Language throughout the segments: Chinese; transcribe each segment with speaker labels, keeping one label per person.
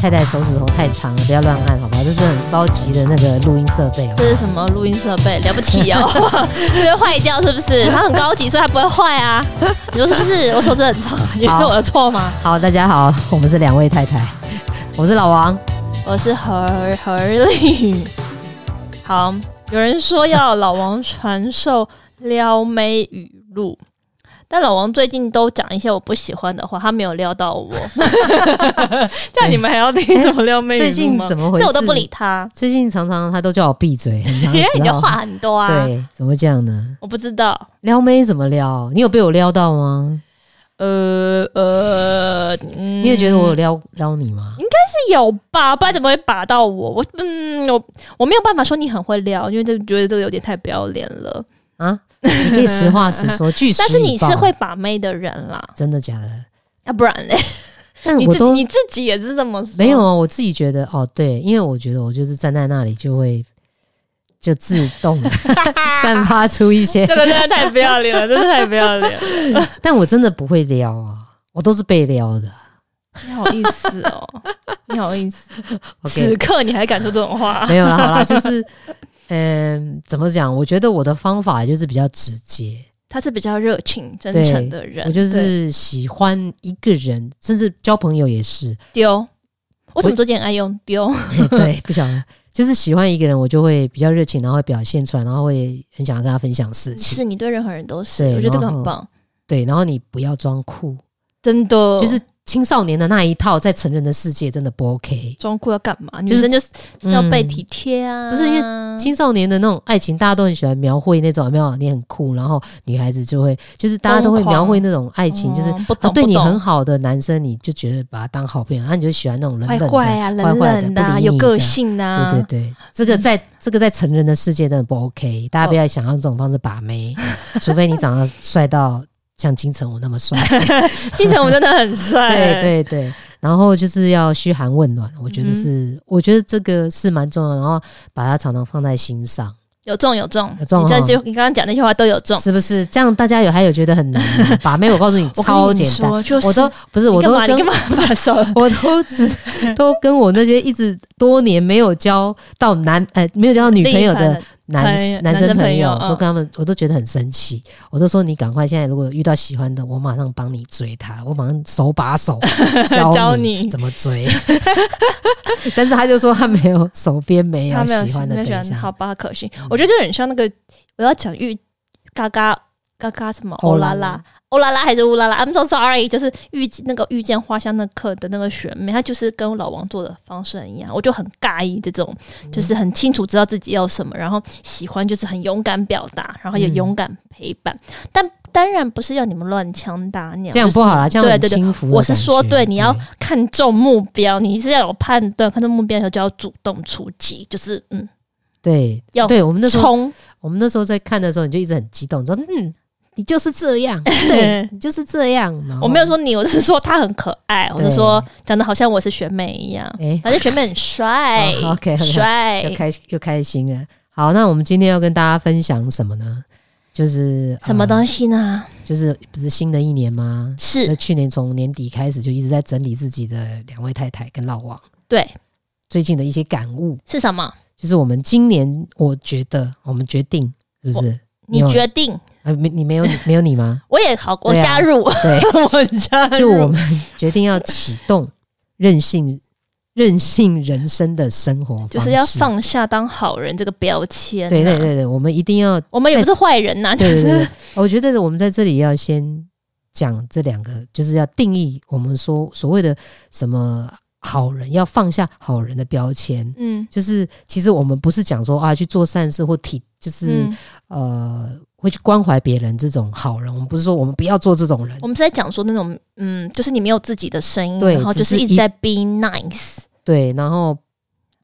Speaker 1: 太太手指头太长了，不要乱按，好吧？这是很高级的那个录音设备，好不
Speaker 2: 这
Speaker 1: 好
Speaker 2: 是什么录音设备？了不起 哦，不会坏掉是不是？它很高级，所以它不会坏啊。你说是不是？我手指很长，也是我的错吗？
Speaker 1: 好，大家好，我们是两位太太，我是老王。
Speaker 2: 我是何何丽。好，有人说要老王传授撩妹语录，但老王最近都讲一些我不喜欢的话，他没有撩到 我。这样你们还要听什么撩妹语录
Speaker 1: 最近
Speaker 2: 吗？
Speaker 1: 怎么回事？
Speaker 2: 这我都不理。他，
Speaker 1: 最近常常他都叫我闭嘴，很长
Speaker 2: 因为 你
Speaker 1: 时
Speaker 2: 就
Speaker 1: 候。
Speaker 2: 话很多啊。，
Speaker 1: 对，怎么会这样呢？
Speaker 2: 我不知道。
Speaker 1: 撩妹怎么撩？你有被我撩到吗？
Speaker 2: 呃呃，
Speaker 1: 你
Speaker 2: 嗯
Speaker 1: 也觉得我有撩撩你吗？
Speaker 2: 是有吧？不然怎么会把到我？我嗯，我我没有办法说你很会撩，因为这觉得这个有点太不要脸了。
Speaker 1: 啊，你可以实话实 说，据实以
Speaker 2: 嗯但
Speaker 1: 报。
Speaker 2: 是你是会把妹的人啦，
Speaker 1: 真的假的？
Speaker 2: 要、不然嘞，
Speaker 1: 但
Speaker 2: 你
Speaker 1: 我
Speaker 2: 自己
Speaker 1: 都
Speaker 2: 你自己也是这么说，
Speaker 1: 没 有啊，我自己觉得哦，对，因为我觉得我就是站在那里就会就自 动散发出一些，
Speaker 2: 这个真的太不要脸了，真的太不要脸了，
Speaker 1: 但我真的不会撩啊，我都是被撩的。
Speaker 2: 你好意思哦，你好意思，此
Speaker 1: OK，
Speaker 2: 刻你还敢说这种话？
Speaker 1: 没有了，好啦，就是嗯、怎么讲？我觉得我的方法就是比较直接，
Speaker 2: 他是比较热情真诚的人，
Speaker 1: 我就
Speaker 2: 对
Speaker 1: 是喜欢一个人，甚至交朋友也是，
Speaker 2: 丢。为什么最近爱用丢？
Speaker 1: 对，不晓得。就是喜欢一个人，我就会比较热情，然后会表现出来，然后会很想要跟他分享事情。
Speaker 2: 是你对任何人都是，
Speaker 1: 对
Speaker 2: 我觉得这个
Speaker 1: 然
Speaker 2: 很
Speaker 1: 后
Speaker 2: 棒，
Speaker 1: 对，然后你不要装酷，
Speaker 2: 真的。
Speaker 1: 就是青少年的那一套，在成人的世界真的不 OK。
Speaker 2: 装酷要干嘛？女
Speaker 1: 就是
Speaker 2: 生就是是要被
Speaker 1: 嗯
Speaker 2: 体贴啊，
Speaker 1: 不是因为青少年的那种爱情，大家都很喜欢描绘那种，有没有？你很酷，然后女孩子就会，就是大家都会
Speaker 2: 疯狂
Speaker 1: 描绘那种爱情，就是、
Speaker 2: 哦不
Speaker 1: 啊
Speaker 2: 懂，
Speaker 1: 对你
Speaker 2: 不懂
Speaker 1: 很好的男生，你就觉得把他当好朋友，啊那你就喜欢那种冷
Speaker 2: 坏
Speaker 1: 冷的、
Speaker 2: 坏啊，冷
Speaker 1: 坏
Speaker 2: 冷
Speaker 1: 的、
Speaker 2: 的啊，
Speaker 1: 不理
Speaker 2: 有
Speaker 1: 你
Speaker 2: 个
Speaker 1: 的。
Speaker 2: 性的啊，
Speaker 1: 对对对，这个
Speaker 2: 嗯
Speaker 1: 在、这个在成人的世界真的不 OK，大家不要想用这种方式把妹，
Speaker 2: 哦
Speaker 1: 除非你长得帅到像金城武那么 帅。
Speaker 2: 金城武真的很帅，
Speaker 1: 对对对，然后就是要嘘寒问暖，我觉得
Speaker 2: 嗯
Speaker 1: 是，我觉得这个是蛮重要的，然后把它常常放在心上，
Speaker 2: 有中有中，
Speaker 1: 有中啊
Speaker 2: 你这
Speaker 1: 哈
Speaker 2: 就你刚刚讲那些话都有中，
Speaker 1: 是不是？这样大家有还有觉得很难吗把妹？我告诉你，
Speaker 2: 我跟
Speaker 1: 超
Speaker 2: 你
Speaker 1: 简单，
Speaker 2: 说，就是
Speaker 1: 我都不是，
Speaker 2: 你
Speaker 1: 我
Speaker 2: 干
Speaker 1: 都
Speaker 2: 嘛你干
Speaker 1: 跟
Speaker 2: 嘛把手？
Speaker 1: 我都只都跟我那些一直多年没有交到男呃没有交到女朋友的男
Speaker 2: 朋友
Speaker 1: 男
Speaker 2: 男生
Speaker 1: 生朋
Speaker 2: 朋友
Speaker 1: 友，
Speaker 2: 嗯
Speaker 1: 都跟他们，我都觉得很生气。我都说你赶快现在，如果遇到喜欢的，我马上帮你追他，我马上手把 手教
Speaker 2: 教
Speaker 1: 你
Speaker 2: 你
Speaker 1: 怎么追。 但是他就说他没有，手边没
Speaker 2: 他
Speaker 1: 有
Speaker 2: 没有
Speaker 1: 喜欢的
Speaker 2: 没有
Speaker 1: 对
Speaker 2: 喜欢
Speaker 1: 象嗯
Speaker 2: 好。吧，可惜，我觉得就很像那个我要讲玉嘎嘎嘎嘎什么
Speaker 1: 欧
Speaker 2: 欧
Speaker 1: 啦
Speaker 2: 啦
Speaker 1: 啦
Speaker 2: 啦。欧啦啦还是乌啦啦？I'm so sorry，就是遇那个遇见花香那刻的那个学妹，她就是跟我老王做的方式很一样，我就很尬意这种，
Speaker 1: 嗯
Speaker 2: 就是很清楚知道自己要什么，然后喜欢就是很勇敢表达，然后也
Speaker 1: 嗯
Speaker 2: 勇敢陪伴，但当然不是要你们乱枪打鸟，
Speaker 1: 这样
Speaker 2: 就是
Speaker 1: 不好啦，这样
Speaker 2: 对
Speaker 1: 很
Speaker 2: 对对
Speaker 1: 轻浮的
Speaker 2: 我是
Speaker 1: 感
Speaker 2: 说
Speaker 1: 觉嗯
Speaker 2: 对你要看重目标，你是要有判断，看重目标的时候就要主动出击，就是嗯
Speaker 1: 对
Speaker 2: 要
Speaker 1: 对，我们那时候
Speaker 2: 冲，
Speaker 1: 我们那时候在看的时候，你就一直很激动，你说嗯，你就是这样， 对你就是这样。然后
Speaker 2: 我没有说你，我是说他很可爱，我
Speaker 1: 对
Speaker 2: 是说长得好像我是学妹一样，
Speaker 1: 哎，
Speaker 2: 反正学妹很帅
Speaker 1: 好，OK，很好
Speaker 2: 帅
Speaker 1: 又开又开心了。好，那我们今天要跟大家分享什么呢？就是
Speaker 2: 什么
Speaker 1: 西、
Speaker 2: 东西呢？
Speaker 1: 就是不是新的一年吗？那
Speaker 2: 是
Speaker 1: 去年从年底开始就一直在整理自己的两位太太跟老王
Speaker 2: 对，
Speaker 1: 最近的一些感悟，
Speaker 2: 是什么？
Speaker 1: 就是我们今年我觉得我们决定是不是？你
Speaker 2: 你
Speaker 1: 有
Speaker 2: 决定，
Speaker 1: 呃，没你没有你没有你吗？
Speaker 2: 我也好，我
Speaker 1: 对啊
Speaker 2: 加入，
Speaker 1: 对，
Speaker 2: 我加 入，
Speaker 1: 就我们决定要启动 任性任性人生的生活方式，
Speaker 2: 就是要放啊下当好人这个标签、
Speaker 1: 对对，对对，我们一定 要
Speaker 2: 我们也不是坏人呐、就
Speaker 1: 对对对
Speaker 2: 是
Speaker 1: 对，我觉得我们在这里要先讲这两个，就是要定义我们说所谓的什么好人，要放下好人的标签。
Speaker 2: 嗯
Speaker 1: 就是其实我们不是讲说啊去做善事或体，就是、
Speaker 2: 嗯，
Speaker 1: 呃会去关怀别人这种好人，我们不是说我们不要做这种人
Speaker 2: 我。们是在讲说那种嗯，就是你没有自己的声音，
Speaker 1: 对
Speaker 2: 然后就
Speaker 1: 只是
Speaker 2: 是一
Speaker 1: 一
Speaker 2: 直在 be nice，
Speaker 1: 对，然后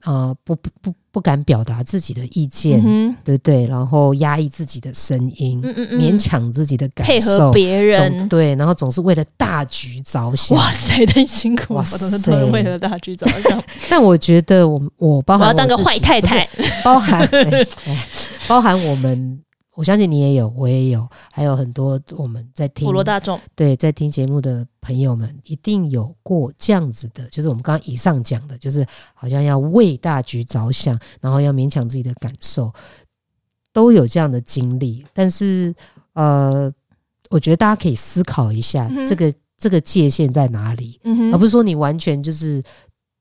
Speaker 1: 呃不不不不敢表达自己的意见，
Speaker 2: 嗯哼
Speaker 1: 对不对？然后压抑自己的声音，
Speaker 2: 嗯嗯嗯，
Speaker 1: 勉强自己的感受，
Speaker 2: 配合别
Speaker 1: 总
Speaker 2: 人。
Speaker 1: 对，然后总是为了大局着想。
Speaker 2: 哇塞，太辛苦了！
Speaker 1: 哇
Speaker 2: 我都是
Speaker 1: 塞
Speaker 2: 都是为了大局着 想，
Speaker 1: 但我觉得我我包
Speaker 2: 我
Speaker 1: 含
Speaker 2: 要当个
Speaker 1: 我自己
Speaker 2: 坏太，太
Speaker 1: 不。是包含、哎哎包含我们，我相信你也有，我也有，还有很多我们在听
Speaker 2: 普罗大众，
Speaker 1: 对，在听节目的朋友们，一定有过这样子的，就是我们刚刚以上讲的，就是好像要为大局着想，然后要勉强自己的感受，都有这样的经历。但是，呃，我觉得大家可以思考一下，
Speaker 2: 嗯哼
Speaker 1: 这个这个界限在哪里，
Speaker 2: 嗯哼，
Speaker 1: 啊而不是说你完全就是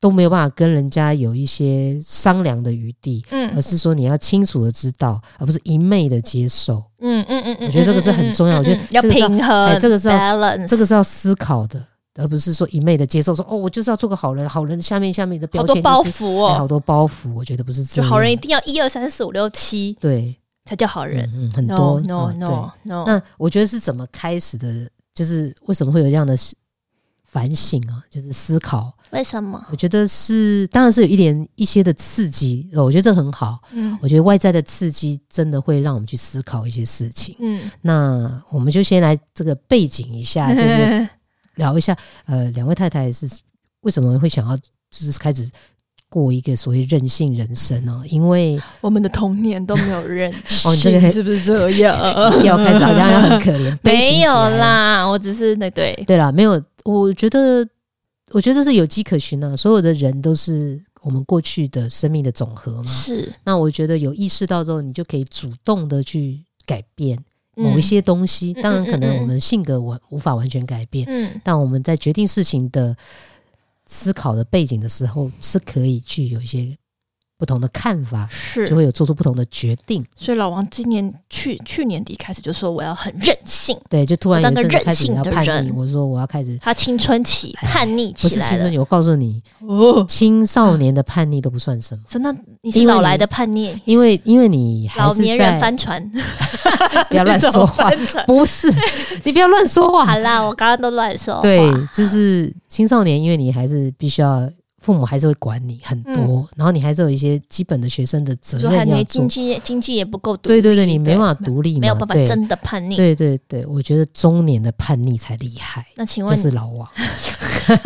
Speaker 1: 都没有办法跟人家有一些商量的余地，
Speaker 2: 嗯
Speaker 1: 而是说你要清楚的知道，而不是一昧的接受。
Speaker 2: 嗯嗯嗯嗯，
Speaker 1: 我觉得这个是很重要
Speaker 2: 嗯嗯
Speaker 1: 我觉得
Speaker 2: 嗯要
Speaker 1: 这个是要
Speaker 2: 平衡，
Speaker 1: 哎这个是要
Speaker 2: balance，
Speaker 1: 这个是要思考的，而不是说一昧的接受说哦，我就是要做个好人，好人下面下面的标
Speaker 2: 好
Speaker 1: 签、
Speaker 2: 多
Speaker 1: 就是、
Speaker 2: 包袱
Speaker 1: 哎好
Speaker 2: 哦，
Speaker 1: 多包袱，我觉得不是这
Speaker 2: 就
Speaker 1: 样。
Speaker 2: 好人一定要一二三四五六七
Speaker 1: 对
Speaker 2: 才叫好人。
Speaker 1: 嗯嗯、很
Speaker 2: No
Speaker 1: 多
Speaker 2: no
Speaker 1: 嗯
Speaker 2: no
Speaker 1: 对
Speaker 2: no，
Speaker 1: 那我觉得是怎么开始的？就是为什么会有这样的思反省啊？就是思考，
Speaker 2: 为什么？
Speaker 1: 我觉得是当然是有一连一些的刺激，呃我觉得这很好。
Speaker 2: 嗯
Speaker 1: 我觉得外在的刺激真的会让我们去思考一些事情。
Speaker 2: 嗯，
Speaker 1: 那我们就先来这个背景一下，就是聊一下，呃，两位太太是为什么会想要就是开始过一个所谓任性人生呢、因为
Speaker 2: 我们的童年都没有认识，
Speaker 1: 哦你这个？
Speaker 2: 是不是这样
Speaker 1: 要开始好像要很可怜，悲情
Speaker 2: 没
Speaker 1: 起
Speaker 2: 有
Speaker 1: 来了。
Speaker 2: 啦，我只是那对，
Speaker 1: 对啦，没有，我觉得，我觉得这是有迹可循啊。所有的人都是我们过去的生命的总和嘛。
Speaker 2: 是
Speaker 1: 那我觉得有意识到之后，你就可以主动的去改变某一，些东西。
Speaker 2: 嗯
Speaker 1: 当然，可
Speaker 2: 嗯嗯
Speaker 1: 能
Speaker 2: 嗯
Speaker 1: 我们性格完无法完全改变，
Speaker 2: 嗯嗯，
Speaker 1: 但我们在决定事情的思考的背景的时候，是可以去有一些不同的看法，
Speaker 2: 是
Speaker 1: 就。会有做出不同的决定。
Speaker 2: 所以老王今年去去年底开始就说我要很任性，
Speaker 1: 对，就突然有一阵
Speaker 2: 我
Speaker 1: 子
Speaker 2: 当个
Speaker 1: 开始
Speaker 2: 任性
Speaker 1: 要
Speaker 2: 的
Speaker 1: 叛逆，
Speaker 2: 人
Speaker 1: 我说我要开始。
Speaker 2: 他青春期
Speaker 1: 哎
Speaker 2: 叛逆
Speaker 1: 不
Speaker 2: 起
Speaker 1: 是
Speaker 2: 来
Speaker 1: 青春
Speaker 2: 了。
Speaker 1: 期，我告诉你，
Speaker 2: 哦，
Speaker 1: 青少年的叛逆都不算 什么，
Speaker 2: 真的，你是
Speaker 1: 因为
Speaker 2: 老
Speaker 1: 你
Speaker 2: 来的叛逆，
Speaker 1: 因为因为你还
Speaker 2: 老
Speaker 1: 是
Speaker 2: 年人
Speaker 1: 在
Speaker 2: 翻船，
Speaker 1: 不要乱说话，
Speaker 2: 翻船。
Speaker 1: 不是你不要乱说
Speaker 2: 好
Speaker 1: 话。
Speaker 2: 啦，我刚刚都乱说话。
Speaker 1: 对，就是青少年，因为你还是必须要父母还是会管你很多，然后你还是有一些基本的学生的责
Speaker 2: 嗯就还
Speaker 1: 任要
Speaker 2: 你
Speaker 1: 做
Speaker 2: 经。济也经济也不够独立，
Speaker 1: 对对对，你没办法独立嘛，
Speaker 2: 没有办法
Speaker 1: 对
Speaker 2: 真的叛逆。
Speaker 1: 对对对，我觉得中年的叛逆才厉害，
Speaker 2: 那请
Speaker 1: 就
Speaker 2: 问，
Speaker 1: 是老 王。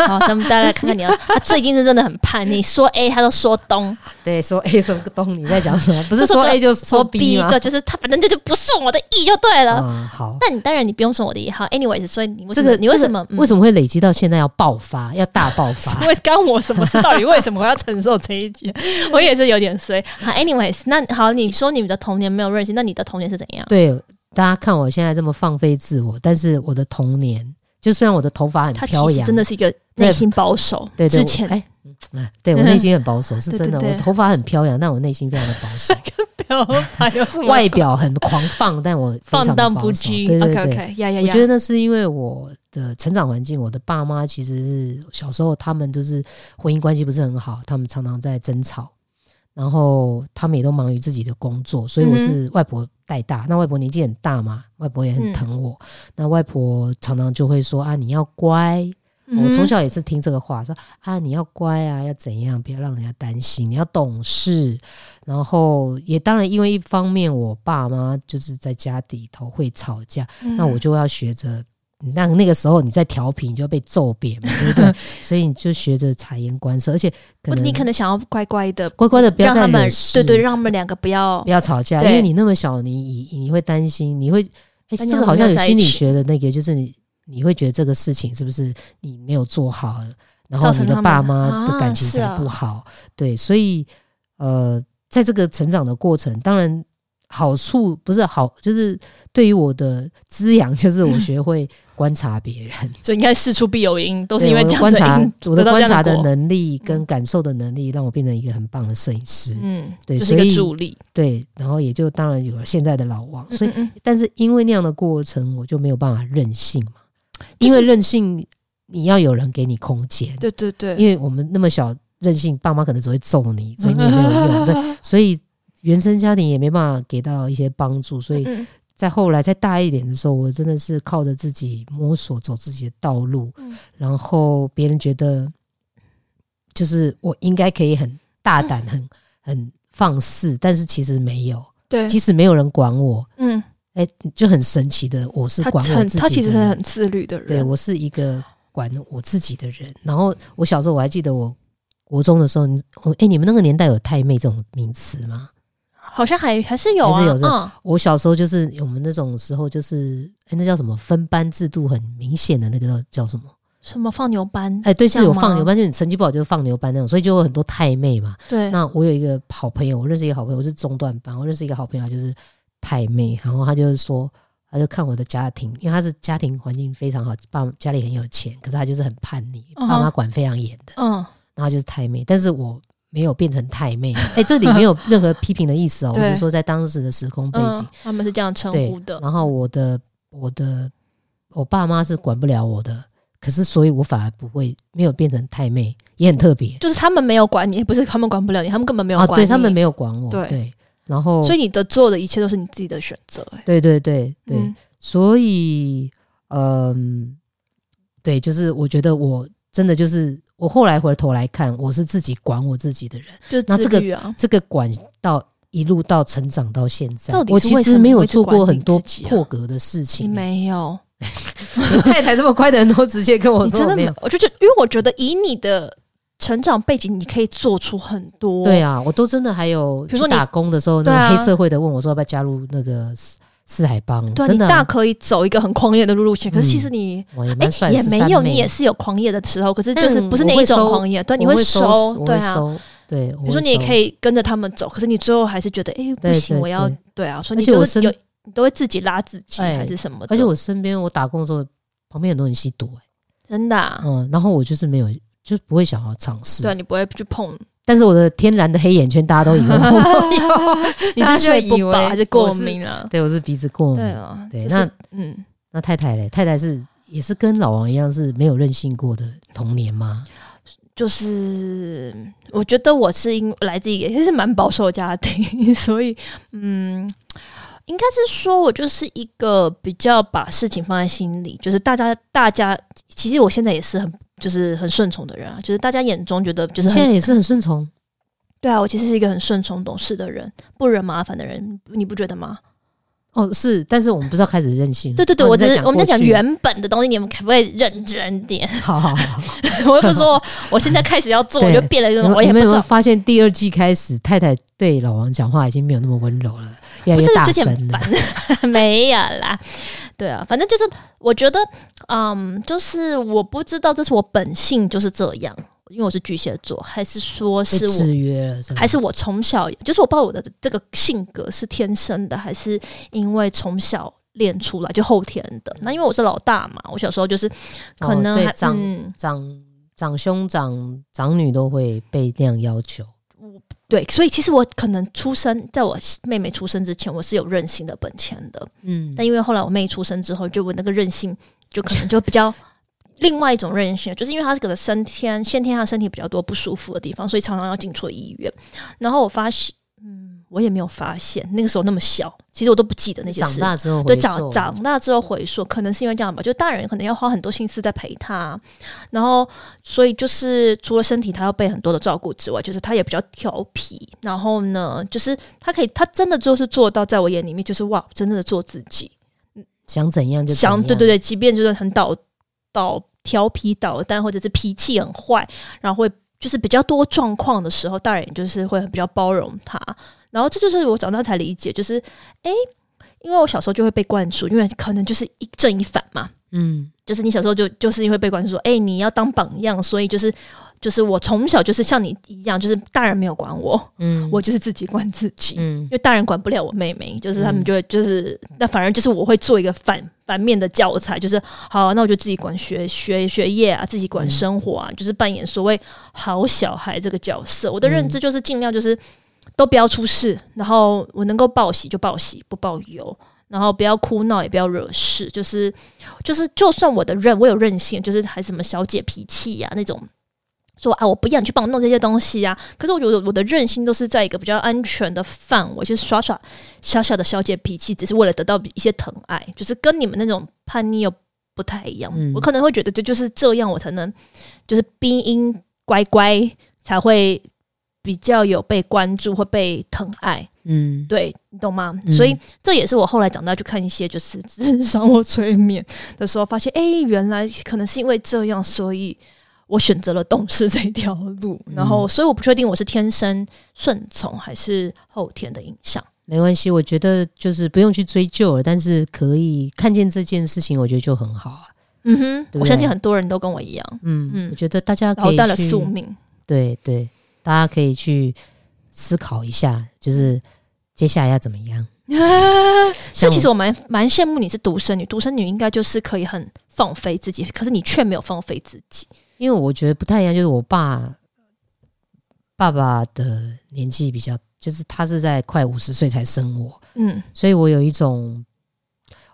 Speaker 2: 好，咱们大家来看 看你啊，他最近是真的很叛逆，说 A 他都说东，
Speaker 1: 对，说 A 什么东你在讲什么？不
Speaker 2: 就是 是
Speaker 1: 说
Speaker 2: 个
Speaker 1: A 就
Speaker 2: 说
Speaker 1: 说
Speaker 2: B
Speaker 1: B
Speaker 2: 一
Speaker 1: 吗？
Speaker 2: 个就是他反正就是不顺我的意就对了。
Speaker 1: 嗯，好，
Speaker 2: 那你当然你不用顺我的意哈，anyways，所以你为什
Speaker 1: 这
Speaker 2: 么
Speaker 1: 个
Speaker 2: 你为什么、嗯
Speaker 1: 为什么会累积到现在要爆 发，要大爆发？
Speaker 2: 为干我什么事？到底为什么我要承受这一 劫？我也是有点衰。好，anyways，那好，你说你的童年没有任性，那你的童年是怎样？
Speaker 1: 对，大家看我现在这么放飞自我，但是我的童年，就虽然我的头发很
Speaker 2: 他其
Speaker 1: 飘
Speaker 2: 实
Speaker 1: 扬，
Speaker 2: 真的是一个内心保守，
Speaker 1: 对对，
Speaker 2: 之
Speaker 1: 我
Speaker 2: 前
Speaker 1: 哎。嗯 对我内心很保守，是真的。
Speaker 2: 对对对
Speaker 1: 我头发很飘扬，但我内心非常的保 守，
Speaker 2: 没有还有什么
Speaker 1: 外表很狂放，但我非常
Speaker 2: 放
Speaker 1: 地
Speaker 2: 荡
Speaker 1: 保
Speaker 2: 不
Speaker 1: 守
Speaker 2: 羁
Speaker 1: 对对对
Speaker 2: OK OK，呀呀
Speaker 1: 我
Speaker 2: 呀，
Speaker 1: 觉得那是因为我的成长环境，我的爸妈其实是小时候他们就是婚姻关系不是很好，他们常常在争吵，然后他们也都忙于自己的工作，所以我是外婆带大。那外婆年纪很大嘛，外婆也很疼我。那外婆常常就会说啊，你要乖。
Speaker 2: 嗯
Speaker 1: 我从小也是听这个话，说啊，你要乖啊，要怎样，不要让人家担心，你要懂事。然后也当然，因为一方面我爸妈就是在家里头会吵架，
Speaker 2: 嗯
Speaker 1: 那我就要学着。那那个时候你在调皮，你就要被揍扁嘛，对不 对？所以你就学着察言观色，而且可
Speaker 2: 或者
Speaker 1: 能
Speaker 2: 你可能想要乖乖的，
Speaker 1: 乖乖的不要
Speaker 2: 让
Speaker 1: 再
Speaker 2: 他们
Speaker 1: 惹事，
Speaker 2: 对对，让他们两个不要
Speaker 1: 不要吵架，因
Speaker 2: 对
Speaker 1: 为你那么小，你你你会担心，你会哎，
Speaker 2: 那
Speaker 1: 这
Speaker 2: 你
Speaker 1: 个
Speaker 2: 要
Speaker 1: 好像
Speaker 2: 不
Speaker 1: 有
Speaker 2: 要在一
Speaker 1: 心理
Speaker 2: 起
Speaker 1: 学的那个，就是你你会觉得这个事情是不是你没有做好，然后
Speaker 2: 造成
Speaker 1: 你的
Speaker 2: 他们
Speaker 1: 爸妈的感情
Speaker 2: 啊是
Speaker 1: 才
Speaker 2: 啊
Speaker 1: 不好，对，所以呃，在这个成长的过程，当然好处不是好，就是对于我的滋养，就是我学会观察别人。
Speaker 2: 所以应该事出必有因， 都是
Speaker 1: 对
Speaker 2: 因为
Speaker 1: 我的
Speaker 2: 这样
Speaker 1: 观
Speaker 2: 子
Speaker 1: 察
Speaker 2: 因，
Speaker 1: 我的
Speaker 2: 得到这
Speaker 1: 观
Speaker 2: 样
Speaker 1: 察的
Speaker 2: 果
Speaker 1: 能力跟感受的能力，让我变成一个很棒的摄影师。
Speaker 2: 嗯，
Speaker 1: 对
Speaker 2: 就是一
Speaker 1: 所
Speaker 2: 个
Speaker 1: 以
Speaker 2: 助力，
Speaker 1: 对，然后也就当然有了现在的老王。所以，
Speaker 2: 嗯嗯
Speaker 1: 但是因为那样的过程，我就没有办法任性嘛，
Speaker 2: 就
Speaker 1: 因
Speaker 2: 是
Speaker 1: 为任性你要有人给你空间
Speaker 2: 嗯，对对对，
Speaker 1: 因为我们那么小任性，爸妈可能只会揍你，所以你也没有 用。对，所以原生家庭也没办法给到一些帮助，所以
Speaker 2: 嗯
Speaker 1: 在后来再大一点的时候，我真的是靠着自己摸索走自己的道路，
Speaker 2: 嗯
Speaker 1: 然后别人觉得就是我应该可以很大胆、很很放肆，但是其实没有，
Speaker 2: 对，
Speaker 1: 即使没有人管我，
Speaker 2: 嗯，
Speaker 1: 就很神奇的，我是
Speaker 2: 他
Speaker 1: 管我
Speaker 2: 很
Speaker 1: 自己的人，
Speaker 2: 他其实是很自律的人，
Speaker 1: 对我是一个管我自己的人。然后我小时哦候我还记得我。国中的时候，你我哎、你们那个年代有太妹这种名词吗？
Speaker 2: 好像还还是有
Speaker 1: 还
Speaker 2: 啊，
Speaker 1: 是有这
Speaker 2: 嗯，
Speaker 1: 我小时候就是我们那种时候，就是哎、那叫什么分班制度很明显的那个叫叫什么？
Speaker 2: 什么放牛班，
Speaker 1: 哎、对，
Speaker 2: 这
Speaker 1: 是
Speaker 2: 样
Speaker 1: 有
Speaker 2: 吗
Speaker 1: 放牛班，就是你成绩不好就放牛班那种，所以就有很多太妹嘛。
Speaker 2: 对，
Speaker 1: 那我有一个好朋友，我认识一个好朋友，我是中段班，我认识一个好朋友，他就是太妹，然后他就是说，他就看我的家庭，因为他是家庭环境非常好，爸家里很有钱，可是他就是很叛逆，
Speaker 2: 嗯哼
Speaker 1: 爸妈管非常严的，
Speaker 2: 嗯，
Speaker 1: 然后就是太妹，但是我。没有变成太妹，哎、这里没 有任何批评的意思哦，我
Speaker 2: 对
Speaker 1: 只是说在当时的时空背景
Speaker 2: 嗯，，他们是这样称
Speaker 1: 对
Speaker 2: 呼的，
Speaker 1: 然后我的我的我爸妈是管不了我的，可是所以我反而不会没有变成太妹，也很特别
Speaker 2: 就是他们没有管你，不是他们管不了你，他们根本没有
Speaker 1: 啊，
Speaker 2: 管你，
Speaker 1: 对他们没有管我，
Speaker 2: 对
Speaker 1: 对，然后
Speaker 2: 所以你的做的一切都是你自己的选择、哎，
Speaker 1: 对对对对，
Speaker 2: 嗯
Speaker 1: 所以嗯、对，就是我觉得我真的就是我后来回头来看，我是自己管我自己的人，
Speaker 2: 就是
Speaker 1: 那这个
Speaker 2: 自律啊，
Speaker 1: 这个管到。一路到成长到现在
Speaker 2: 到，底
Speaker 1: 我
Speaker 2: 是
Speaker 1: 其
Speaker 2: 为什
Speaker 1: 实
Speaker 2: 么
Speaker 1: 没
Speaker 2: 你
Speaker 1: 有
Speaker 2: 会去
Speaker 1: 做过
Speaker 2: 管
Speaker 1: 很
Speaker 2: 你
Speaker 1: 多
Speaker 2: 自己啊
Speaker 1: 破格的事
Speaker 2: 你
Speaker 1: 情。
Speaker 2: 没有，
Speaker 1: 太太这么快的人都直接跟我
Speaker 2: 你
Speaker 1: 说
Speaker 2: 真
Speaker 1: 我
Speaker 2: 的
Speaker 1: 没有，，
Speaker 2: 我就觉得，因为我觉得以你的成长背景，你可以做出很多，
Speaker 1: 对啊，我都真的还有，
Speaker 2: 比如说
Speaker 1: 去
Speaker 2: 你
Speaker 1: 打工的时候，
Speaker 2: 对
Speaker 1: 那
Speaker 2: 啊
Speaker 1: 个黑社会的问我说要不要加入那个四四海帮，
Speaker 2: 对啊，
Speaker 1: 真
Speaker 2: 你
Speaker 1: 的
Speaker 2: 大
Speaker 1: 啊
Speaker 2: 可以走一个很狂野的路路线，可是其实你。
Speaker 1: 我也
Speaker 2: 哎
Speaker 1: 蛮帅，
Speaker 2: 也没有，你也
Speaker 1: 是
Speaker 2: 是有狂野的时候，可是
Speaker 1: 但
Speaker 2: 就是不是那
Speaker 1: 我
Speaker 2: 一
Speaker 1: 会
Speaker 2: 种
Speaker 1: 收
Speaker 2: 狂野，对，
Speaker 1: 三妹，
Speaker 2: 你
Speaker 1: 我会
Speaker 2: 收，
Speaker 1: 我
Speaker 2: 对
Speaker 1: 会
Speaker 2: 啊，
Speaker 1: 收，对，
Speaker 2: 比如说你也可
Speaker 1: 以，
Speaker 2: 以跟着他们走，可是你最后还是觉得，哎、不
Speaker 1: 对
Speaker 2: 行，
Speaker 1: 对
Speaker 2: 我要
Speaker 1: 对
Speaker 2: 对啊，所以
Speaker 1: 而
Speaker 2: 你
Speaker 1: 且
Speaker 2: 都
Speaker 1: 我
Speaker 2: 是
Speaker 1: 身
Speaker 2: 有，你都会自己拉自己、
Speaker 1: 哎
Speaker 2: 还是什么的，
Speaker 1: 而且我身边我打工的时候，旁边很多人吸毒、欸，
Speaker 2: 真的、啊，
Speaker 1: 嗯，然后我就是没有，就不会想要尝试
Speaker 2: 对、啊，，你不会去 碰，
Speaker 1: 但是我的天然的黑眼圈，大家都以为我没有，
Speaker 2: 你
Speaker 1: 大家
Speaker 2: 是
Speaker 1: 就
Speaker 2: 睡
Speaker 1: 以
Speaker 2: 不
Speaker 1: 为
Speaker 2: 饱还是
Speaker 1: 我
Speaker 2: 过
Speaker 1: 是
Speaker 2: 敏啊？
Speaker 1: 对我是鼻子过
Speaker 2: 对
Speaker 1: 敏，
Speaker 2: 啊，
Speaker 1: 对
Speaker 2: 就是
Speaker 1: 那
Speaker 2: 嗯，
Speaker 1: 那太太嘞，太太是也是跟老王一样是没有任性过的童年吗？
Speaker 2: 就是我觉得我是因来自一个也是蛮保守的家庭， 所以嗯，应该是说我就是一个比较把事情放在心里，就是大家大家其实我现在也是很就是很顺从的人啊，就是大家眼中觉得就是很
Speaker 1: 现在也是很顺从，
Speaker 2: 对啊，我其实是一个很顺从懂事的人，不惹麻烦的人，你不觉得吗？
Speaker 1: 哦，是，但是我们不是要开始任性了。
Speaker 2: 对对对，
Speaker 1: 哦
Speaker 2: 我
Speaker 1: 你
Speaker 2: 只是我们
Speaker 1: 过
Speaker 2: 在讲
Speaker 1: 去
Speaker 2: 原本的东西，你们可不可以认真点？
Speaker 1: 好好好好。
Speaker 2: 我又不是 说我现在开始要做，我
Speaker 1: 对
Speaker 2: 就变了一个
Speaker 1: 然
Speaker 2: 人，
Speaker 1: 后
Speaker 2: 我
Speaker 1: 你
Speaker 2: 也不
Speaker 1: 们
Speaker 2: 知
Speaker 1: 有没有
Speaker 2: 道。
Speaker 1: 发现第二季开始，太太对老王讲话已经没有那么温柔了，越
Speaker 2: 不
Speaker 1: 来
Speaker 2: 是
Speaker 1: 越大
Speaker 2: 之前很
Speaker 1: 声了。
Speaker 2: 烦， 没有啦，对啊，反正就是我觉得，嗯，就是我不知道这是我本性就是这样，因为我是巨蟹座，还是说
Speaker 1: 被
Speaker 2: 是我
Speaker 1: 制约了，是吗
Speaker 2: 还是我从小，就是我不知道我的这个性格是天生的，还是因为从小练出来就后天的。那因为我是老大嘛，我小时候就是可能
Speaker 1: 哦对
Speaker 2: 还、
Speaker 1: 长
Speaker 2: 嗯
Speaker 1: 长长兄长长女都会被那样要求。
Speaker 2: 对，所以其实我可能出生在我妹妹出生之前，我是有任性的本钱的。
Speaker 1: 嗯，
Speaker 2: 但因为后来我妹出生之后，就我那个任性就可能就比较 另外一种任性，就是因为她可能先天先天她身体比较多不舒服的地方，所以常常要进出医院。然后我发现，嗯，我也没有发现那个时候那么小，其实我都不记得那些
Speaker 1: 长
Speaker 2: 事。
Speaker 1: 大之后
Speaker 2: 对，
Speaker 1: 会
Speaker 2: 长长大之后回溯，可能是因为这样吧，就大人可能要花很多心思在陪她，然后所以就是除了身体她要被很多的照顾之外，就是她也比较调皮，然后呢，就是她可以，她真的就是做到在我眼里面就是哇，真正的做自己，
Speaker 1: 想怎样就
Speaker 2: 想对
Speaker 1: 对
Speaker 2: 对对，即便就是很捣捣调皮捣蛋，或者是脾气很坏，然后会就是比较多状况的时候，大人就是会比较包容他。然后这就是我长大才理解，就是诶，因为我小时候就会被灌输，因为可能就是一正一反嘛，
Speaker 1: 嗯，
Speaker 2: 就是你小时候就就是因为被灌输说，诶，你要当榜样，所以就是就是我从小就是像你一样，就是大人没有管我，
Speaker 1: 嗯
Speaker 2: 我就是自己管自己。
Speaker 1: 嗯
Speaker 2: 因为大人管不了我妹妹，就是他们
Speaker 1: 嗯
Speaker 2: 就会就是、那反而就是我会做一个反反面的教材，就是好、那我就自己管学学学业啊，自己管
Speaker 1: 嗯
Speaker 2: 生活啊，就是扮演所谓好小孩这个角色。我的认
Speaker 1: 嗯
Speaker 2: 知就是尽量就是都不要出事，然后我能够报喜就报喜，不报忧。然后不要哭闹，也不要惹事，就是就是，就算我的任我有任性，就是还什么小姐脾气呀、那种，说啊我不要你去帮我弄这些东西呀、啊可是我觉得我的任性都是在一个比较安全的范围，就是耍耍小小的小姐脾气，只是为了得到一些疼爱，就是跟你们那种叛逆又不太一样。
Speaker 1: 嗯
Speaker 2: 我可能会觉得这就是这样，我才能就是冰音乖乖才会比较有被关注或被疼爱。
Speaker 1: 嗯，
Speaker 2: 对你懂吗？
Speaker 1: 嗯
Speaker 2: 所以这也是我后来长大去看一些就是 智商或催眠的时候，发现哎、诶原来可能是因为这样，所以我选择了懂事这条路，然后所以我不确定我是天生顺从还是后天的影响。
Speaker 1: 没关系，我觉得就是不用去追究了，但是可以看见这件事情，我觉得就很好啊。
Speaker 2: 嗯哼，
Speaker 1: 对
Speaker 2: 我相信很多人都跟我一样，
Speaker 1: 嗯
Speaker 2: 嗯
Speaker 1: 我觉得大家
Speaker 2: 然后
Speaker 1: 可以
Speaker 2: 带了
Speaker 1: 去
Speaker 2: 宿命。
Speaker 1: 对对，大家可以去思考一下，就是接下来要怎么样。
Speaker 2: 所
Speaker 1: 像
Speaker 2: 以其实我蛮蛮羡慕你是独生女，独生女应该就是可以很放飞自己，可是你却没有放飞自己。
Speaker 1: 因为我觉得不太一样，就是我爸爸爸的年纪比较，就是他是在快五十岁才生我，
Speaker 2: 嗯
Speaker 1: 所以我有一种，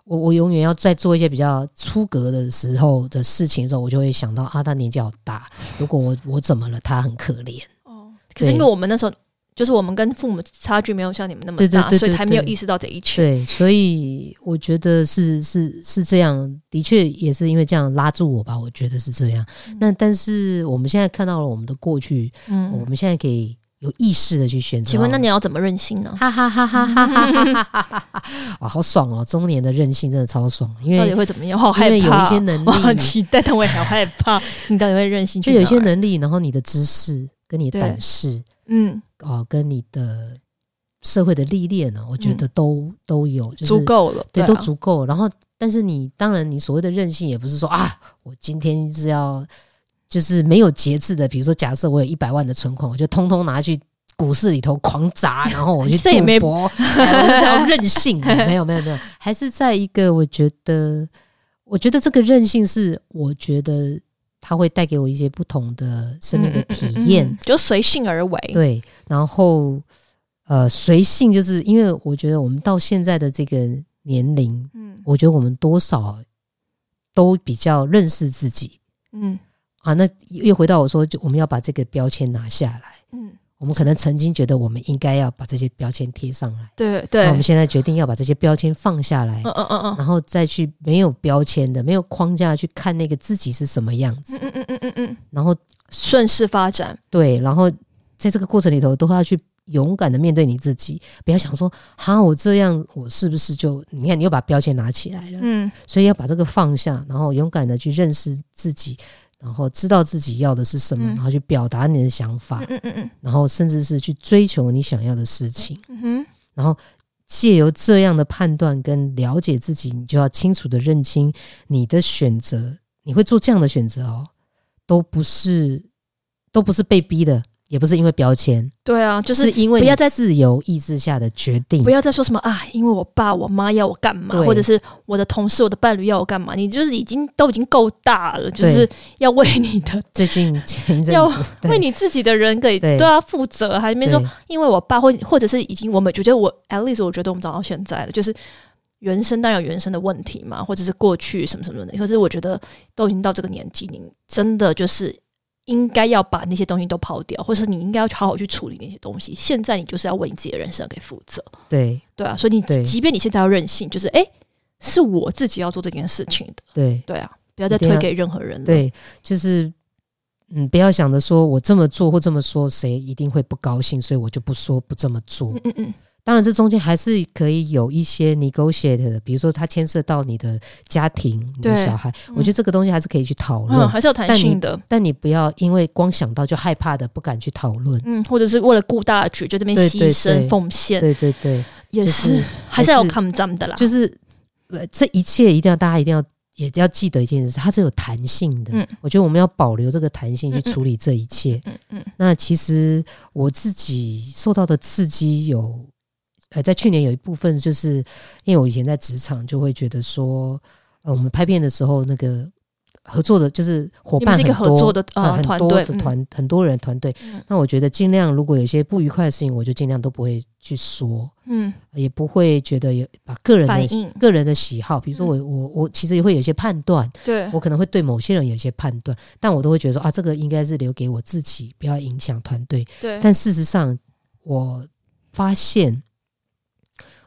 Speaker 1: 我我永远要在做一些比较出格的时候的事情的时候，我就会想到啊，他年纪好大，如果我我怎么了，他很可怜。
Speaker 2: 哦，可是因为我们那时候就是我们跟父母差距没有像你们那么
Speaker 1: 对对
Speaker 2: 大，
Speaker 1: 对对
Speaker 2: 所以才没有
Speaker 1: 对
Speaker 2: 意识到这一切。
Speaker 1: 对，所以我觉得是是是这样，的确也是因为这样拉住我吧，我觉得是这样
Speaker 2: 嗯。
Speaker 1: 那但是我们现在看到了我们的过去，我
Speaker 2: 嗯，
Speaker 1: 们现在可以有意识的去选择。
Speaker 2: 请问那你要怎么任性呢？
Speaker 1: 哈哈哈哈哈哈哈哈！ 啊，好爽哦！中年的任性真的超爽，因
Speaker 2: 到底
Speaker 1: 为
Speaker 2: 会怎么样？我好
Speaker 1: 因
Speaker 2: 害
Speaker 1: 为
Speaker 2: 怕，
Speaker 1: 有一些能
Speaker 2: 我好
Speaker 1: 力，
Speaker 2: 期待，但我也好害怕。你到底会任性去
Speaker 1: 就
Speaker 2: 哪
Speaker 1: 有
Speaker 2: 儿？
Speaker 1: 一些能力，然后你的知识跟你的
Speaker 2: 对
Speaker 1: 胆识
Speaker 2: 嗯
Speaker 1: 哦，跟你的社会的历练呢，我觉得都、都有，就是
Speaker 2: 足够了，
Speaker 1: 对，
Speaker 2: 啊
Speaker 1: 都足够。然后，但是你当然，你所谓的任性，也不是说啊，我今天是要就是没有节制的，比如说，假设我有一百万的存款，我就通通拿去股市里头狂砸，然后我去
Speaker 2: 这也没
Speaker 1: 赌博，哎我就是要任性。没有，没有，没有，还是在一个我觉得，我觉得这个任性是，我觉得它会带给我一些不同的生命的体验。
Speaker 2: 嗯嗯嗯嗯就随性而为。
Speaker 1: 对，然后呃，随性，就是因为我觉得我们到现在的这个年龄，
Speaker 2: 嗯
Speaker 1: 我觉得我们多少都比较认识自己
Speaker 2: 嗯
Speaker 1: 啊。那又回到我说，就我们要把这个标签拿下来。
Speaker 2: 嗯，
Speaker 1: 我们可能曾经觉得我们应该要把这些标签贴上来，
Speaker 2: 对对，
Speaker 1: 那我们
Speaker 2: 嗯
Speaker 1: 现在决定要把这些标签放下来，
Speaker 2: 嗯嗯嗯
Speaker 1: 然后再去没有标签的、没有框架去看那个自己是什么样子，
Speaker 2: 嗯嗯嗯嗯嗯，
Speaker 1: 然后
Speaker 2: 顺势发展。
Speaker 1: 对，然后在这个过程里头，都要去勇敢的面对你自己，不要想说哈，我这样我是不是就你看你又把标签拿起来了，
Speaker 2: 嗯
Speaker 1: 所以要把这个放下，然后勇敢的去认识自己，然后知道自己要的是什么，
Speaker 2: 嗯
Speaker 1: 然后去表达你的想法
Speaker 2: 嗯，嗯嗯嗯
Speaker 1: 然后甚至是去追求你想要的事情，
Speaker 2: 嗯哼。
Speaker 1: 然后。借由这样的判断跟了解自己，你就要清楚的认清你的选择，你会做这样的选择哦，都不是都不是被逼的，也不是因为标签，
Speaker 2: 对啊，就是
Speaker 1: 是因为
Speaker 2: 不要
Speaker 1: 你
Speaker 2: 再
Speaker 1: 自由意志下的决定
Speaker 2: 不。要再说什么啊，因为我爸我妈要我干嘛，
Speaker 1: 对
Speaker 2: 或者是我的同事我的伴侣要我干嘛，你就是已经都已经够大了，就
Speaker 1: 对
Speaker 2: 是要为你的
Speaker 1: 最近前一阵
Speaker 2: 要
Speaker 1: 子， 对
Speaker 2: 为你自己的人给
Speaker 1: 对
Speaker 2: 都要负责，还没
Speaker 1: 对
Speaker 2: 说因为我爸或或者是已经我们就觉得我 at least 我觉得我们长到现在了，就是原生当然有原生的问题嘛，或者是过去什么什么的，可是我觉得都已经到这个年纪，你真的就是。应该要把那些东西都抛掉，或者是你应该要好好去处理那些东西。现在你就是要为你自己的人生给负责。
Speaker 1: 对
Speaker 2: 对啊，所以你
Speaker 1: 对
Speaker 2: 即便你现在要任性，就是诶，是我自己要做这件事情的，
Speaker 1: 对
Speaker 2: 对啊，不要再
Speaker 1: 一定要
Speaker 2: 推给任何人了。，
Speaker 1: 对，就是嗯，不要想着说我这么做或这么说，谁一定会不高兴，所以我就不说不这么做
Speaker 2: 嗯。嗯嗯，
Speaker 1: 当然，这中间还是可以有一些 negotiate 的，比如说它牵涉到你的家庭、你的
Speaker 2: 对
Speaker 1: 小孩，
Speaker 2: 嗯
Speaker 1: 我觉得这个东西还是可以去讨论
Speaker 2: 嗯，。还是有弹性的，
Speaker 1: 但你不要因为光想到就害怕的，不敢去讨论。
Speaker 2: 嗯，或者是为了顾大局就这边
Speaker 1: 对
Speaker 2: 牺
Speaker 1: 对
Speaker 2: 牲
Speaker 1: 对
Speaker 2: 奉献，
Speaker 1: 对对对，
Speaker 2: 也
Speaker 1: 就是
Speaker 2: 是啊还是要
Speaker 1: 还是
Speaker 2: come down 的啦。
Speaker 1: 就是呃，这一切一定要大家一定要也要记得一件事，它是有弹性的。
Speaker 2: 嗯
Speaker 1: 我觉得我们要保留这个弹性去
Speaker 2: 嗯嗯
Speaker 1: 处理这一切。
Speaker 2: 嗯嗯
Speaker 1: 那其实我自己受到的刺激有，呃，在去年有一部分就是因为我以前在职场就会觉得说，呃，我们拍片的时候那个合作的，就是伙
Speaker 2: 你们
Speaker 1: 伴
Speaker 2: 是一
Speaker 1: 很
Speaker 2: 个
Speaker 1: 多。
Speaker 2: 合作的
Speaker 1: 啊，
Speaker 2: 呃
Speaker 1: 很
Speaker 2: 团
Speaker 1: 多
Speaker 2: 队
Speaker 1: 的，
Speaker 2: 嗯
Speaker 1: 团很多人团队
Speaker 2: 嗯，
Speaker 1: 那我觉得尽量如果有一些不愉快的事情，我就尽量都不会去说，
Speaker 2: 嗯，
Speaker 1: 也不会觉得有把个人
Speaker 2: 反
Speaker 1: 的
Speaker 2: 应嗯
Speaker 1: 个人的喜好，比如说我、我我其实也会有一些判断，
Speaker 2: 对
Speaker 1: 我，可能会对某些人有一些判断，但我都会觉得说啊，这个应该是留给我自己，不要影响团队。
Speaker 2: 对，
Speaker 1: 但事实上，我发现，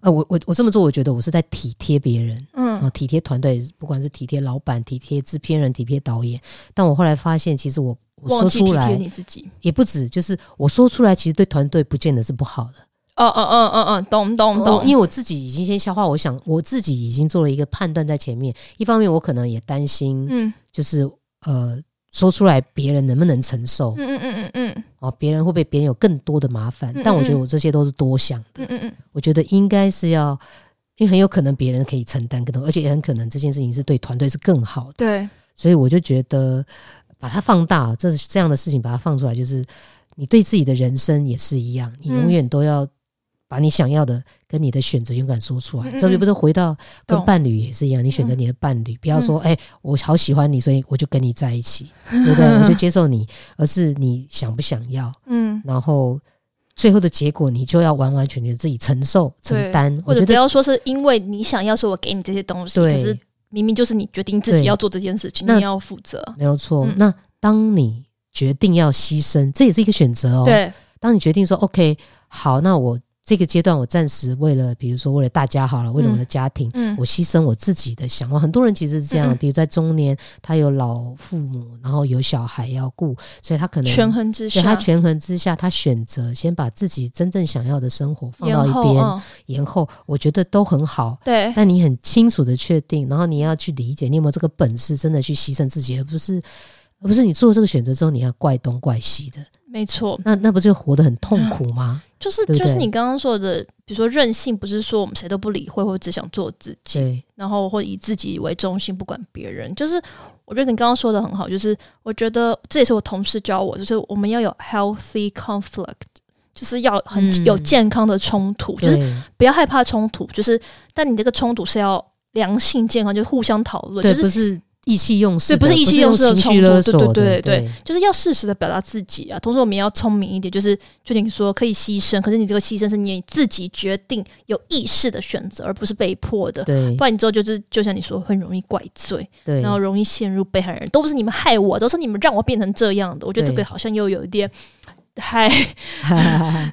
Speaker 1: 呃，我我我这么做，我觉得我是在体贴别人
Speaker 2: 嗯
Speaker 1: 啊，体贴团队，不管是体贴老板、体贴制片人、体贴导演。但我后来发现，其实我我
Speaker 2: 忘
Speaker 1: 说
Speaker 2: 记体
Speaker 1: 出
Speaker 2: 贴
Speaker 1: 来
Speaker 2: 你自己。
Speaker 1: 也不止，就是我说出来，其实对团队不见得是不好的。
Speaker 2: 哦哦哦哦哦，懂懂
Speaker 1: 哦
Speaker 2: 懂，
Speaker 1: 因为
Speaker 2: 为
Speaker 1: 我自己已经先消化，我想我自己已经做了一个判断在前面。一方面，我可能也担心，
Speaker 2: 嗯
Speaker 1: 就是、呃，说出来，别人能不能承受？
Speaker 2: 嗯嗯嗯嗯
Speaker 1: 哦，别人会不会别人有更多的麻烦
Speaker 2: 嗯嗯？
Speaker 1: 但我觉得我这些都是多想的。
Speaker 2: 嗯嗯嗯
Speaker 1: 我觉得应该是要，因为很有可能别人可以承担更多，而且也很可能这件事情是对团队是更好的。
Speaker 2: 对，
Speaker 1: 所以我就觉得把它放大，这这样的事情把它放出来，就是你对自己的人生也是一样，你
Speaker 2: 嗯
Speaker 1: 永远都要把你想要的跟你的选择勇敢说出来。
Speaker 2: 嗯嗯
Speaker 1: 这就不是回到跟
Speaker 2: 懂嗯
Speaker 1: 伴侣也是一样，你选择你的伴侣，不要说哎、我好喜欢你，所以我就跟你在一起，对不对？我就接受你，而是你想不想要，
Speaker 2: 嗯，
Speaker 1: 然后。最后的结果，你就要完完全全自己承受、承
Speaker 2: 对
Speaker 1: 担。我
Speaker 2: 或
Speaker 1: 觉
Speaker 2: 者不
Speaker 1: 得
Speaker 2: 要说是因为你想要，说我给你这些东西，可
Speaker 1: 对
Speaker 2: 是明明就是你决定自己
Speaker 1: 对
Speaker 2: 要做这件事情，
Speaker 1: 那
Speaker 2: 你要负责。
Speaker 1: 没有错。
Speaker 2: 嗯
Speaker 1: 那当你决定要牺牲，这也是一个选择哦。
Speaker 2: 对，
Speaker 1: 当你决定说 OK，好，那我这个阶段我暂时为了，比如说为了大家好了，为了我的家庭，
Speaker 2: 嗯
Speaker 1: 我牺牲我自己的想法。很多人其实是这样，
Speaker 2: 嗯嗯
Speaker 1: 比如在中年，他有老父母，然后有小孩要顾，所以他可能
Speaker 2: 权衡之
Speaker 1: 对
Speaker 2: 下，
Speaker 1: 他权衡之下，他选择先把自己真正想要的生活放到
Speaker 2: 延
Speaker 1: 一
Speaker 2: 后，
Speaker 1: 边，
Speaker 2: 嗯
Speaker 1: 延后，我觉得都很好。
Speaker 2: 对，
Speaker 1: 但你很清楚的确定，然后你要去理解，你有没有这个本事，真的去牺牲自己，而不是而不是你做这个选择之后，你要怪东怪西的，
Speaker 2: 没错，
Speaker 1: 那那不就活得很痛苦吗？
Speaker 2: 就是
Speaker 1: 对不
Speaker 2: 就是
Speaker 1: 对
Speaker 2: 你刚刚说的，比如说任性，不是说我们谁都不理会，或者只想做自己，
Speaker 1: 对，
Speaker 2: 然后或以自己为中心，不管别人。就是我觉得你刚刚说的很好，就是我觉得这也是我同事教我，就是我们要有 healthy conflict。就是要很
Speaker 1: 嗯
Speaker 2: 有健康的冲突，就是
Speaker 1: 对，
Speaker 2: 不要害怕冲突，就是但你这个冲突是要良性健康，就是互相讨论，
Speaker 1: 对，
Speaker 2: 就是
Speaker 1: 不是意气用事的，
Speaker 2: 对不是意气用事的
Speaker 1: 不是用情绪
Speaker 2: 冲突
Speaker 1: 勒索的，
Speaker 2: 对对对
Speaker 1: 对
Speaker 2: 就是要适时的表达自己啊。同时，我们也要聪明一点，就是就你说可以牺牲，可是你这个牺牲是你自己决定、有意识的选择，而不是被迫的。
Speaker 1: 对
Speaker 2: 不然你之后就是就像你说，很容易怪罪，
Speaker 1: 对，
Speaker 2: 然后容易陷入被害人，都不是你们害我，都是你们让我变成这样的。我觉得这
Speaker 1: 对
Speaker 2: 个好像又有一点太、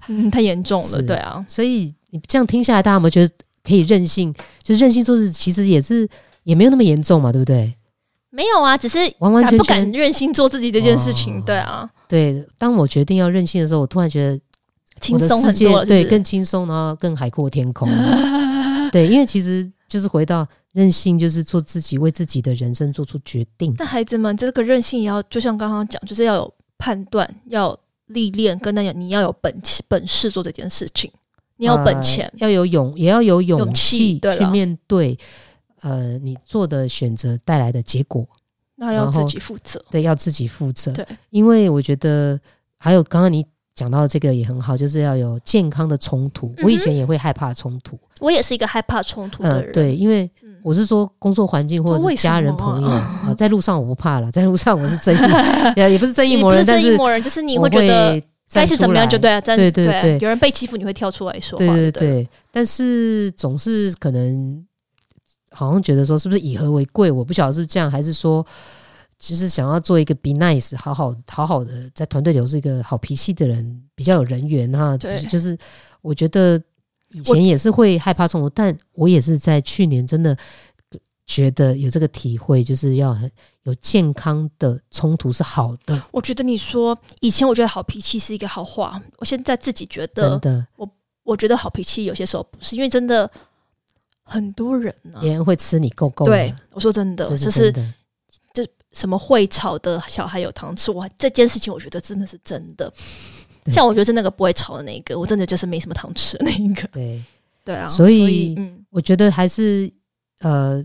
Speaker 2: 嗯、太严重了，
Speaker 1: 是
Speaker 2: 对 啊，
Speaker 1: 所以你这样听下来，大家有没有觉得可以任性？就是任性做事，其实也是也没有那么严重嘛，对不对？
Speaker 2: 没有啊，只是
Speaker 1: 完完
Speaker 2: 敢
Speaker 1: 全
Speaker 2: 不敢
Speaker 1: 全
Speaker 2: 任性做自己这件事情，
Speaker 1: 哦
Speaker 2: 对啊，
Speaker 1: 对。当我决定要任性的时候，我突然觉得
Speaker 2: 轻
Speaker 1: 我的
Speaker 2: 松
Speaker 1: 世
Speaker 2: 很
Speaker 1: 界
Speaker 2: 多了，
Speaker 1: 对
Speaker 2: 是不是
Speaker 1: 更轻松，然后更海阔天空。 对，因为其实就是回到任性，就是做自己，为自己的人生做出决定。
Speaker 2: 但孩子们这个韧性也要，就像刚刚讲，就是要有判断，要有历练，跟那有你要有本钱本事做这件事情，你要有本钱。
Speaker 1: 呃要有勇，也要有
Speaker 2: 勇
Speaker 1: 勇
Speaker 2: 气
Speaker 1: 气
Speaker 2: 对
Speaker 1: 去
Speaker 2: 了
Speaker 1: 面对，呃，你做的选择带来的结果，
Speaker 2: 那要
Speaker 1: 然
Speaker 2: 自
Speaker 1: 后
Speaker 2: 己负责，
Speaker 1: 对，要自己负责。
Speaker 2: 哦对，
Speaker 1: 因为我觉得还有刚刚你讲到这个也很好，就是要有健康的冲突。我以前也会害怕冲突，
Speaker 2: 我也是一个害怕冲嗯突的
Speaker 1: 呃
Speaker 2: 人，，
Speaker 1: 对，因为
Speaker 2: 嗯
Speaker 1: 我是说工作环境或
Speaker 2: 那
Speaker 1: 者
Speaker 2: 为
Speaker 1: 是
Speaker 2: 什么
Speaker 1: 家人
Speaker 2: 啊
Speaker 1: 朋友啊、呃在路上我不怕了，在路上我是正义， 也也不是正义
Speaker 2: 你
Speaker 1: 魔
Speaker 2: 不
Speaker 1: 人，
Speaker 2: 是
Speaker 1: 但
Speaker 2: 正义
Speaker 1: 是
Speaker 2: 魔人，就是你
Speaker 1: 我
Speaker 2: 会觉得该
Speaker 1: 站
Speaker 2: 是
Speaker 1: 出
Speaker 2: 怎么样就
Speaker 1: 来
Speaker 2: 对啊，站
Speaker 1: 对对对
Speaker 2: 有人被欺负你会跳出来说话，
Speaker 1: 对对
Speaker 2: 对不，
Speaker 1: 对，但是总是可能好像觉得说是不是以和为贵，我不晓得是不是这样，还是说就是想要做一个 be nice，好好好好的在团队里头是一个好脾气的人，比较有人缘哈。
Speaker 2: 对
Speaker 1: 就是就是我觉得以
Speaker 2: 我
Speaker 1: 前也是会害怕冲突，但我也是在去年真的。觉得有这个体会，就是要很有健康的冲突是好的，
Speaker 2: 我觉得你说以前我觉得好脾气是一个好话，我现在自己觉
Speaker 1: 真
Speaker 2: 得，
Speaker 1: 的，
Speaker 2: 我觉得好脾气有些时候不是，因为真的很多人呢、
Speaker 1: 别人会吃你够够的，
Speaker 2: 嗯对，我说真的，
Speaker 1: 这
Speaker 2: 就是是
Speaker 1: 真的
Speaker 2: 什么会吵的小孩有糖吃，我这件事情我觉得真的是真的。
Speaker 1: 对
Speaker 2: 像我就是那个不会吵的那一个，我真的就是没什么糖吃的那一个。
Speaker 1: 对。
Speaker 2: 对啊，
Speaker 1: 所以
Speaker 2: 嗯，
Speaker 1: 我觉得还是呃，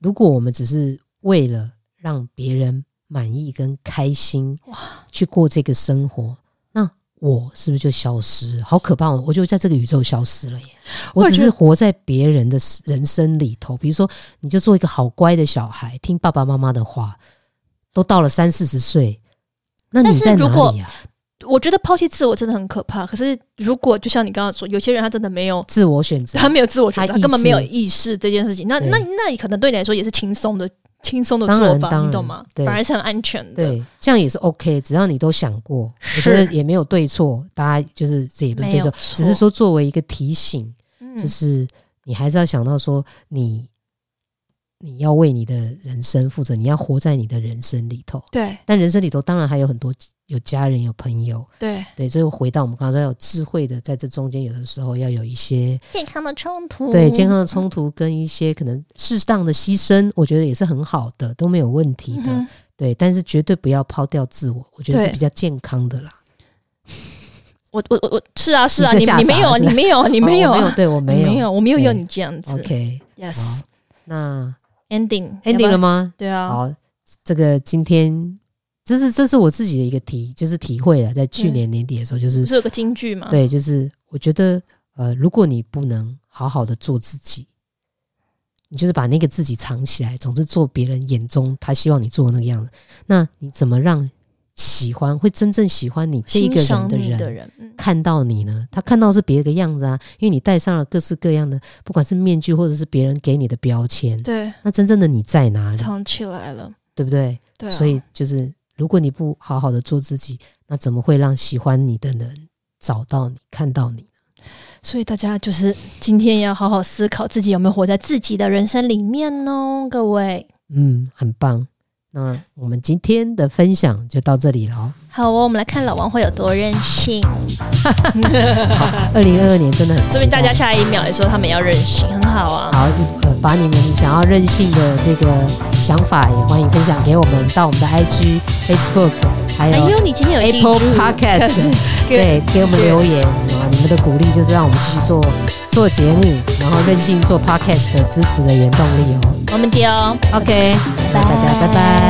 Speaker 1: 如果我们只是为了让别人满意跟开心
Speaker 2: 哇，
Speaker 1: 去过这个生活，那我是不是就消失？好可怕！哦！我就在这个宇宙消失了耶！
Speaker 2: 我
Speaker 1: 我
Speaker 2: 也
Speaker 1: 只
Speaker 2: 觉得
Speaker 1: 是活在别人的人生里头。比如说，你就做一个好乖的小孩，听爸爸妈妈的话，都到了三四十岁，那
Speaker 2: 但
Speaker 1: 你
Speaker 2: 是
Speaker 1: 在
Speaker 2: 如
Speaker 1: 哪
Speaker 2: 果
Speaker 1: 里啊？
Speaker 2: 我觉得抛弃自我真的很可怕。可是如果就像你刚刚说，有些人他真的没有，
Speaker 1: 自我选择，
Speaker 2: 他没有自我觉得，
Speaker 1: 他
Speaker 2: 他根本
Speaker 1: 意识
Speaker 2: 没有意识这件事情。那
Speaker 1: 对
Speaker 2: 那那可能对你来说也是轻松的、轻松的
Speaker 1: 当然
Speaker 2: 做法，
Speaker 1: 当然
Speaker 2: 你懂吗？
Speaker 1: 对
Speaker 2: 反而是很安全的。
Speaker 1: 对，这样也是 OK，只要你都想过，我觉
Speaker 2: 是
Speaker 1: 得也没有对错，大家就是这也不是
Speaker 2: 没
Speaker 1: 对
Speaker 2: 有
Speaker 1: 错，
Speaker 2: 错
Speaker 1: 只是说作为一个提醒，
Speaker 2: 嗯
Speaker 1: 就是你还是要想到说你你要为你的人生负责，你要活在你的人生里头。
Speaker 2: 对
Speaker 1: 但人生里头当然还有很多有家人有朋友，
Speaker 2: 对，
Speaker 1: 对，这又回到我们刚才说有智慧的，在这中间有的时候要有一些
Speaker 2: 健康的冲突，
Speaker 1: 对健康的冲突跟一些可能适当的牺牲，我觉得也是很好的，都没有问题的。
Speaker 2: 嗯哼
Speaker 1: 对，但是绝对不要抛掉自我，我觉得
Speaker 2: 对
Speaker 1: 是比较健康的啦。
Speaker 2: 我我我我是啊是啊，
Speaker 1: 你
Speaker 2: 你
Speaker 1: 在
Speaker 2: 你
Speaker 1: 吓傻
Speaker 2: 没有啊
Speaker 1: 是吧
Speaker 2: 你没有啊你
Speaker 1: 你
Speaker 2: 没有
Speaker 1: 没
Speaker 2: 啊
Speaker 1: 有，对哦我没
Speaker 2: 你
Speaker 1: 有。
Speaker 2: 没有我没有
Speaker 1: 对
Speaker 2: 要你这样子。
Speaker 1: OK，
Speaker 2: Yes
Speaker 1: 好那
Speaker 2: ending
Speaker 1: ending 了
Speaker 2: 吗？
Speaker 1: 吗？
Speaker 2: 对啊，
Speaker 1: 好，这个今天这是这是我自己的一个体，就是体会了，在去
Speaker 2: 嗯
Speaker 1: 年年底的时候，就是
Speaker 2: 不是有个金句吗？
Speaker 1: 对，就是我觉得，呃，如果你不能好好的做自己，你就是把那个自己藏起来，总是做别人眼中他希望你做的那个样子，那你怎么让喜欢会真正喜欢你这一
Speaker 2: 欣
Speaker 1: 个人
Speaker 2: 赏
Speaker 1: 的
Speaker 2: 你
Speaker 1: 人
Speaker 2: 的人，嗯
Speaker 1: 看到你呢？他看到是别的样子啊，因为你戴上了各式各样的，不管是面具或者是别人给你的标签，
Speaker 2: 对，
Speaker 1: 那真正的你在哪里？
Speaker 2: 藏起来了，
Speaker 1: 对不啊对？
Speaker 2: 对啊，
Speaker 1: 所以就是，如果你不好好的做自己，那怎么会让喜欢你的人找到你、看到你？
Speaker 2: 所以大家就是今天也要好好思考自己有没有活在自己的人生里面哦，各位。
Speaker 1: 嗯，很棒。那我们今天的分享就到这里了哦。
Speaker 2: 好哦，我们来看老王会有多任性。
Speaker 1: 二零二二年真的很期待，
Speaker 2: 说明大家下一秒也说他们要任性，很好啊。
Speaker 1: 好，呃，把你们想要任性的这个想法也欢迎分享给我们，到我们的 IG、Facebook，还
Speaker 2: 哎
Speaker 1: 有
Speaker 2: 呦，你今天有
Speaker 1: Apple
Speaker 2: 记住
Speaker 1: Podcast，对，给我们留言啊！你们的鼓励就是让我们继续做做节目，然后任性做 Podcast 的支持的原动力哦。
Speaker 2: 我们丢。
Speaker 1: OK，那大家拜拜。